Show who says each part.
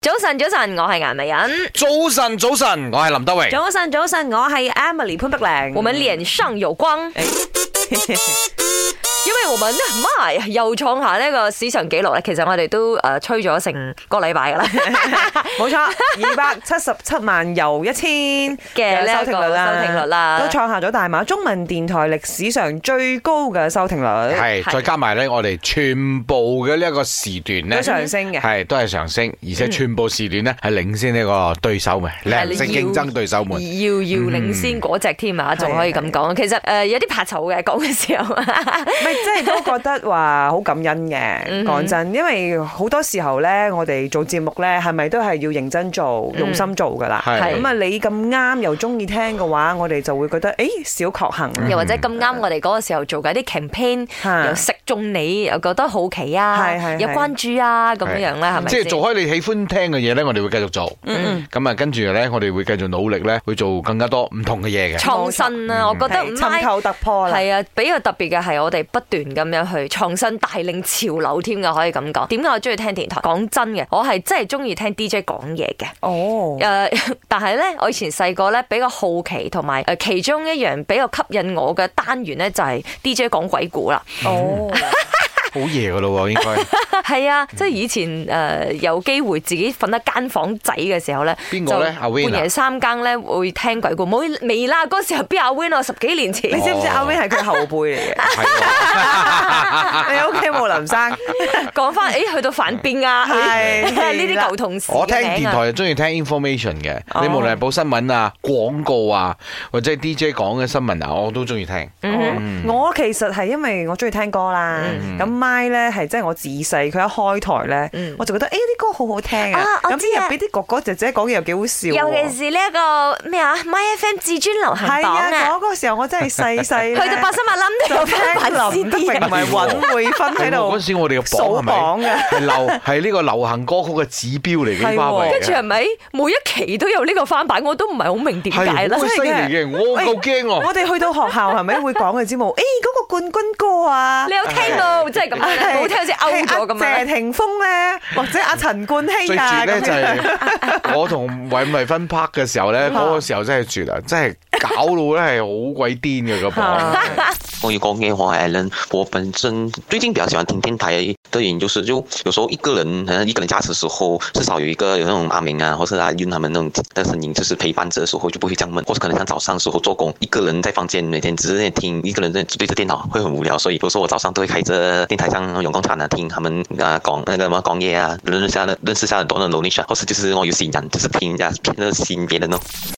Speaker 1: 早晨，早晨，我係顏美人。
Speaker 2: 早晨，早晨，我係林德榮。
Speaker 3: 早晨，早晨，我係 Emily 潘碧玲。
Speaker 1: 我們臉上有光， 因為我們媽又創下呢個史上紀錄咧。其實我哋都誒吹咗成個禮 拜噶啦
Speaker 3: 冇錯，二百七十七萬又一千
Speaker 1: 嘅呢一個收聽率啦
Speaker 3: 都創下咗大馬中文電台歷史上最高嘅收聽率，
Speaker 2: 係，
Speaker 1: 係
Speaker 2: 再加埋咧，我哋全部嘅呢一個時段
Speaker 3: 都
Speaker 2: 咧，
Speaker 3: 上升嘅。
Speaker 2: 係都係上升，而且全部時段咧係領先呢個對手嘅，領先競爭對手們。
Speaker 1: 要要領先嗰只添啊，仲可以咁講。其實誒有啲怕醜嘅講嘅時候，
Speaker 3: 咪即係都覺得話好感恩嘅，
Speaker 1: 嗯
Speaker 3: 講真，因為好多時候咧，我哋做節目咧，係咪都係要認真做、用心做噶啦？
Speaker 2: 係
Speaker 3: 咁啊，你咁啱又中意聽嘅話，我哋就會覺得誒小確幸
Speaker 1: 又或者咁啱我哋嗰個時候做緊啲 campaign，
Speaker 3: 嚇
Speaker 1: 又食中你，又覺得好奇啊
Speaker 3: 係，係
Speaker 1: 有
Speaker 3: 係
Speaker 1: 關注啊咁樣樣啦，係咪
Speaker 2: 即
Speaker 1: 先？
Speaker 2: 係做開你喜歡聽嘅嘢咧，我哋會繼續做。咁啊，跟住咧，我哋會繼續努力咧，去做更加多唔同嘅嘢嘅。
Speaker 1: 創新啊，我覺得
Speaker 3: 係
Speaker 1: 唔
Speaker 3: 尋求突破啦。
Speaker 1: 係啊，比較特別嘅係我哋不斷咁樣去創新，帶領潮流添嘅，可以咁講。點解我中意聽電台？講真嘅，我係真係中意聽 DJ 講嘢嘅。
Speaker 3: 哦
Speaker 1: 誒、， 但係咧，我以前細個咧比較好奇，同埋誒其中一樣比較吸引我嘅單元咧，就係 DJ 講鬼故啦。
Speaker 3: 哦，
Speaker 2: 好夜噶咯喎，應該
Speaker 1: 係
Speaker 2: 嗯
Speaker 1: 啊，即係以前誒、有機會自己瞓一間房仔嘅時候咧，
Speaker 2: 邊個咧
Speaker 1: 就
Speaker 2: 阿 Win 啊
Speaker 1: 半夜三更咧會聽鬼故，冇未啦，嗰時候邊有阿 Win 啊，十幾年前
Speaker 3: 你。知唔知
Speaker 2: 哦
Speaker 3: 阿 Win 係佢後輩嚟嘅？
Speaker 2: 係喎
Speaker 3: 你 OK 啊冇林生？
Speaker 1: 講翻，誒去到反邊啊，
Speaker 3: 係
Speaker 1: 呢啲
Speaker 3: 啦
Speaker 1: 舊同事
Speaker 2: 我聽
Speaker 1: 嘅名
Speaker 2: 電
Speaker 1: 啊
Speaker 2: 台就中意聽 information 嘅，你無論係報新聞啊、廣告啊，或者係 DJ 講嘅新聞啊，我都中意聽。
Speaker 3: 嗯
Speaker 1: 嗯
Speaker 3: 我其實係因為我中意聽歌啦，
Speaker 2: 嗯
Speaker 3: 咁 My 咧係即係我自細佢一開台咧
Speaker 1: 嗯，
Speaker 3: 我就覺得誒啲歌好好聽啊
Speaker 1: 啊，我
Speaker 3: 咁
Speaker 1: 知啊
Speaker 3: 入邊啲哥哥姐姐講嘢又幾好笑
Speaker 1: 尤
Speaker 3: 喎。
Speaker 1: 其是呢一個咩啊，My FM 至尊流行
Speaker 3: 係
Speaker 1: 榜
Speaker 3: 啊，
Speaker 1: 啊
Speaker 3: 嗰，個時候我真係細細
Speaker 1: 去
Speaker 3: 呢
Speaker 1: 到八十萬冧都有
Speaker 3: 就
Speaker 1: 翻版啊
Speaker 3: 聽林
Speaker 1: CD
Speaker 3: 啊德榮同埋尹慧芬
Speaker 2: 係
Speaker 3: 喺
Speaker 2: 喎
Speaker 3: 度
Speaker 2: 嗰陣時我哋嘅
Speaker 3: 數
Speaker 2: 榜係
Speaker 3: 榜
Speaker 2: 咪？
Speaker 3: 嘅，
Speaker 2: 係流係呢個流行歌曲嘅指標嚟
Speaker 3: 係
Speaker 2: 嘅，巴
Speaker 3: 喎
Speaker 2: 閉
Speaker 1: 跟住係咪每一期都有呢個翻版？我都唔係好明點解
Speaker 2: 係
Speaker 1: 啦
Speaker 2: 好。啊犀利嘅，我夠驚喎。
Speaker 3: 我哋去到學校係咪會講嘅之冇？誒嗰個冠軍歌啊
Speaker 1: 你！有聽到即係咁樣咧，冇聽好似勾咗咁啊
Speaker 3: 係阿謝
Speaker 1: 樣。
Speaker 3: 霆鋒咧，或者阿陳冠希
Speaker 2: 最
Speaker 3: 啊，
Speaker 2: 絕咧
Speaker 3: 咁
Speaker 2: 就
Speaker 3: 樣
Speaker 2: 係我同韋慧芬拍嘅時候咧，嗰個時候真係絕啊，真係搞到咧係好鬼癲嘅個榜。
Speaker 4: 关于工业我海 Allen，我本身最近比较喜欢听电台的原因就是，就有时候一个人，好像一个人驾驶的时候，至少有一个有那种阿明啊，或是阿运他们那种的声音，就是陪伴着的时候就不会这样闷，或者可能像早上的时候做工，一个人在房间每天只是在那听，一个人在对着电脑会很无聊，所以有时候我早上都会开着电台上永光茶啊，听他们啊讲那个什么工业啊，认识下认识下很多的 knowledge 啊，或是就是我有新人，就是听一下听那新别人哦。